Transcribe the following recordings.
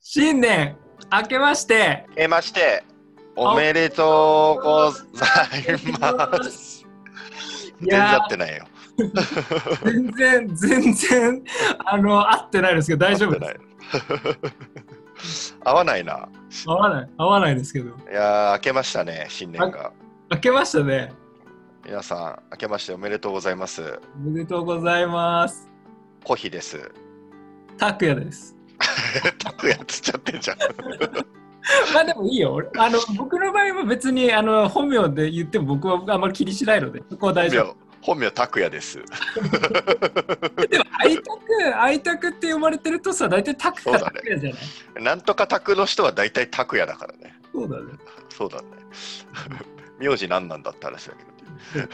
新年明けましてえまして、おめでとうございまいす。全然や合ってないよ。ー全然全然あの合ってないですけど大丈夫です合ってない合わないな。合わない合わないですけどいやー、明けましたね、新年が。明けましたね皆さん、明けましておめでとうございます。おめでとうございますコ ヒです。拓也ですたくやつっちゃってんじゃん。まあでもいいよ俺あの僕の場合は別にあの本名で言っても僕はあんまり気にしないのでそこは本大丈夫名、本名たくやです。愛拓愛拓って呼ばれてるとさ大体拓かそうだね拓也じゃないなんとかたくの人は大体たくやだからね。そうだねそうだね。 名字何なんだって話だけどね。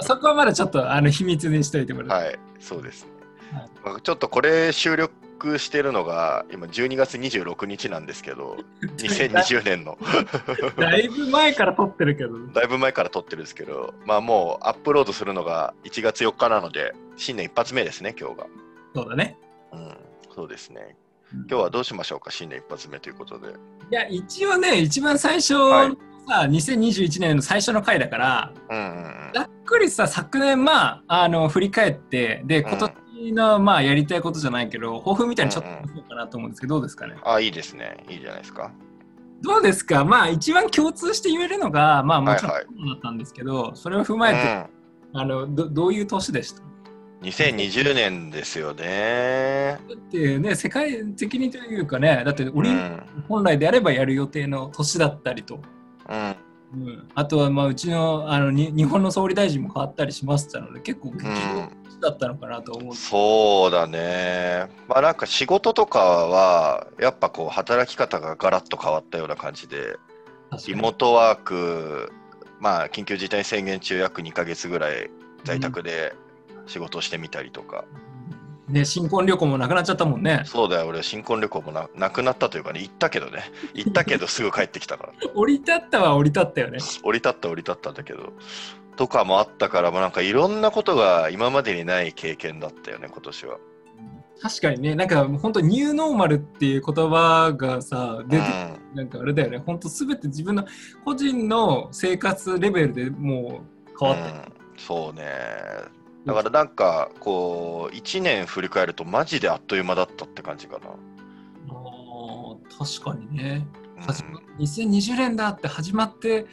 そこはまだちょっとあの秘密にしといてもらう、はい、そうですねはい。まあちょっとこれ収録してるのが今12月26日なんですけど、2020年の だいぶ前から撮ってるけどだいぶ前から撮ってるんですけど、まあもうアップロードするのが1月4日なので、新年一発目ですね、今日が。そうだねうん、そうですね。今日はどうしましょうか、新年一発目ということで。いや一応ね一番最初、はいさ2021年の最初の回だからうんうんざっくりさ昨年まああの振り返ってでうん今年の、まあやりたいことじゃないけど抱負みたいにちょっとうんうん話そうかなと思うんですけどどうですかねあ、いいですね。いいじゃないですか。どうですかまあ一番共通して言えるのがまあもちろんはいはいコロナだったんですけど、それを踏うまえて、ん、あのどどういう年でした2020年ですよね。だってね世界的にというかねだってオうリンピッん、ク本来であればやる予定の年だったりと、うん、うん、あとはまあうちのあのに日本の総理大臣も変わったりしましたので結構激動の年だったのかなと思う、そうだね、まあなんか仕事とかは、やっぱこう働き方がガラッと変わったような感じで、確かリにモートワーク、まあ緊急事態宣言中、約2ヶ月ぐらい在宅で仕事をしてみたりとか、ね新婚旅行もなくなっちゃったもん ねそうだよ、俺、新婚旅行もななくなったというかね、行ったけどね、行ったけどすぐ帰ってきたから、降り立ったは降り立ったよね降り立った、降り立ったんだけど、とかもあったから、もうなんかいろんなことが今までにない経験だったよね、今年は。確かにねなんか本当ニューノーマルっていう言葉がさ出てうんなんかあれだよね本当全て自分の個人の生活レベルでもう変わった、うん、そうねだからなんかこう1年振り返るとマジであっという間だったって感じかな、あー確かにねうん始ま2020年だって始まって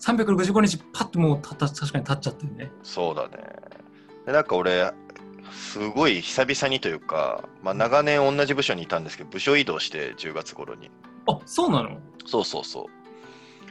365日パッともうたた確かに経っちゃってるね。そうだねでなんか俺すごい久々にというか、まあ、長年同じ部署にいたんですけど部署移動して10月頃にあそうなのそうそうそう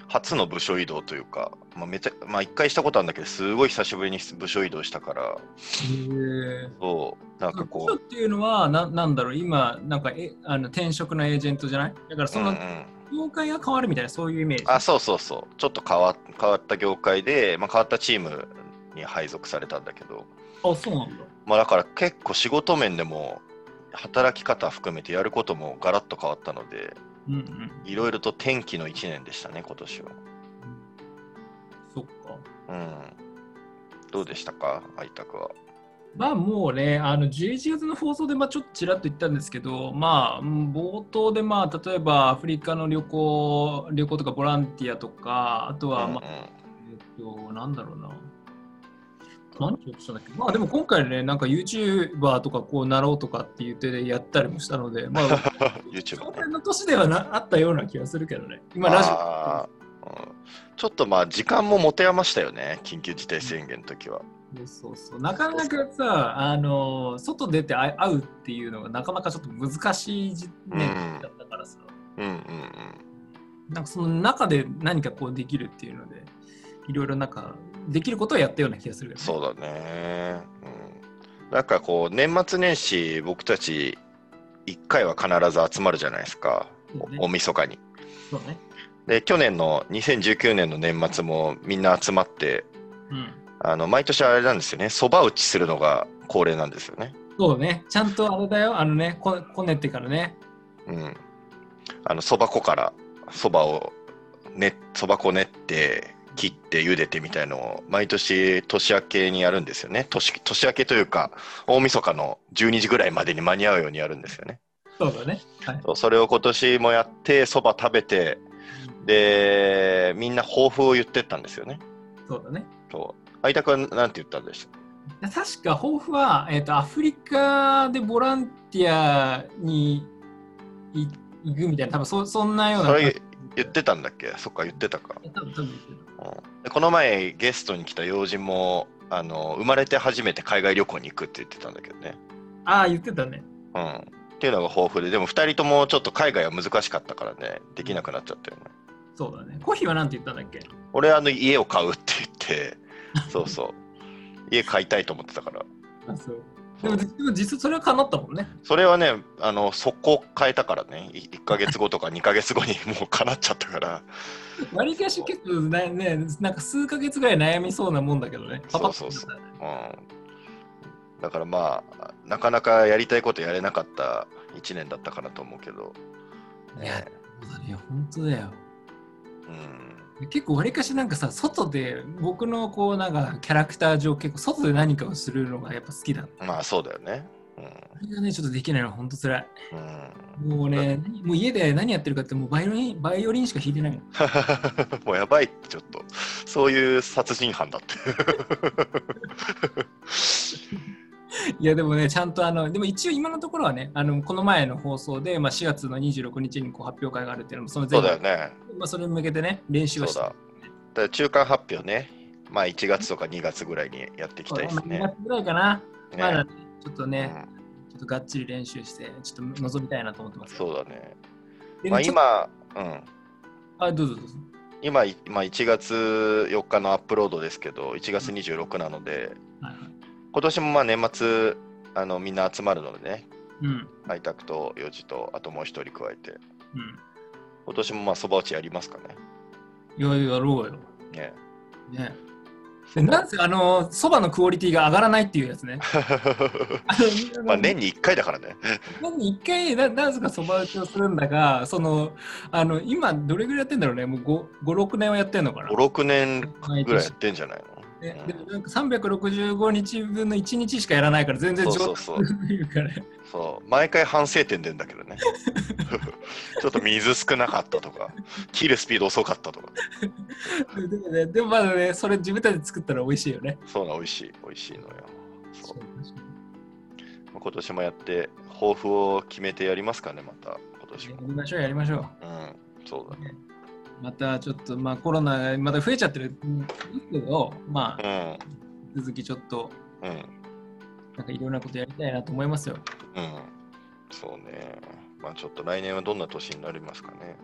初の部署移動というか、まあ、めちゃまあ1回したことあるんだけどすごい久しぶりに部署移動したからへえ。そうなんかこ部署うっていうのはななんだろう今なんかえあの転職のエージェントじゃないだからそうんうのん業界が変わるみたいなそういうイメージ。あそうそうそうちょっと変わ変わった業界で、まあ、変わったチームに配属されたんだけど、あそうなんだ。まあ、だから結構仕事面でも働き方含めてやることもガラッと変わったのでうんうん。いろいろと転機の1年でしたね今年は、そっか。うん、どうでしたか愛拓はまあもうね、あの11月の放送でまあちょっとちらっと言ったんですけど、まあうん冒頭でまあ例えばアフリカの旅行、旅行とかボランティアとか、あとはまあえっと、なんだろうな。何しようとしたんだっけまあでも今回ね、なんか YouTuber とかこうなろうとかって言ってやったりもしたので、まあ、 うん、YouTube 去ね年の年ではなあったような気がするけどね。今ラジあー、うん、ちょっとまあ時間も持て余したよね緊急事態宣言の時はオ。そうそう。なかなかさ、あの外出て会会うっていうのがなかなかちょっと難しいじ、ねうんだったからさ、うんうんなんかその中で何かこうできるっていうので、いろいろなんかできることをやったような気がするけど、ね。そうだね、うん、なんかこう年末年始僕たち1回は必ず集まるじゃないですか、そうねお大晦日にそうね。で去年の2019年の年末もみんな集まってうん。あの毎年あれなんですよねそば打ちするのが恒例なんですよねそうね。ちゃんとあれだよ。あのね、ここねってからね。うんあのそば粉からそばをねそば粉練って切って茹でてみたいのを毎年年明けにやるんですよね年年明けというか大晦日の12時ぐらいまでに間に合うようにやるんですよねそうだね。はい。そうそれを今年もやってそば食べてでみんな抱負を言ってったんですよねそうだね。そう相田君なんて言ったんでし確か抱負は、えっとアフリカでボランティアにい行くみたいな、多分そそんなよたうな。それ言ってたんだっけそっか言ってたか、多分多分言ってたうんでこの前ゲストに来た友人もあの生まれて初めて海外旅行に行くって言ってたんだけどねああ、言ってたね。うんっていうのが豊富ででも2人ともちょっと海外は難しかったからねできなくなっちゃったよねそうだね。コーヒーはなんて言ったんだっけ俺あの家を買うって 言ってそうそう家買いたいと思ってたからあそうでもでも実際それは叶ったもんね。それはね、あの速攻変えたからね、い1ヶ月後とか2ヶ月後に もう叶っちゃったから、割り返し結構な、ね、なんか数ヶ月ぐらい悩みそうなもんだけどね。そうそうそううん、だからまあ、なかなかやりたいことやれなかった1年だったかなと思うけど、いやねそうだね、本当だよ。うん、結構わりかしなんかさ、外で僕のこうなんかキャラクター上結構外で何かをするのがやっぱ好きだ。まあそうだよね。それがね、ちょっとできないのは本当辛い。うんうん、もうね、何もう家で何やってるかってもうバイオリンバイオリンしか弾いてないもん。 もうやばいって、ちょっと、そういう殺人犯だって。いやでもね、ちゃんとあの、でも一応今のところはね、あのこの前の放送で、まあ、4月の26日にこう発表会があるっていうのも、そのそ前う後だよね。まあ、それに向けてね、練習そはうしてだ。だから中間発表ね、まあ1月とか2月ぐらいにやっていきたいです2ね。月ぐらいかな。ねまだね、ちょっとね、うんちょっとがっちり練習して、ちょっと臨みたいなと思ってます。そうだね。でまあ、ちょっ今、うん、とあ、どうぞどうぞ。今、いまあ、1月4日のアップロードですけど、1月26なので、はいはい今年もまあ年末あの、みんな集まるのでね、うん。うん。開拓と四時と、あともう一人加えて、今年もまあそば打ちやりますかね。いやいや、やろうよ。ねね。でなんせ、あの、そばのクオリティが上がらないっていうやつ ね。のまあ年に1回だからね。年に一回な、なぜかそば打ちをするんだが、その、あの、今、どれぐらいやってんだろうね。もう5、5 6年はやってんのかな。 5、6年毎ぐらい年やってんじゃないねの、でもなんか365日分の1日しかやらないから全然うん上そう手そうそう。というかね。そう毎回反省点出んだけ どね。ちょっと水少なかったとか、切るスピード遅かったとか。 でもね、でもまだね、それ自分たちで作ったら美味しいよね。そうな、美味しい、美味しいのよ。そう今年もやって、抱負を決めてやりますかね、また、今年やも。りましょう、やりましょう。うん、そうまたちょっと、まあコロナ、また増えちゃってるけど、まあ、だ。引き続きちょっと、うん、うん、なんかいろんなことやりたいなと思いますよ。うん。そうね。まあ、ちょっと来年はどんな年になりますかね。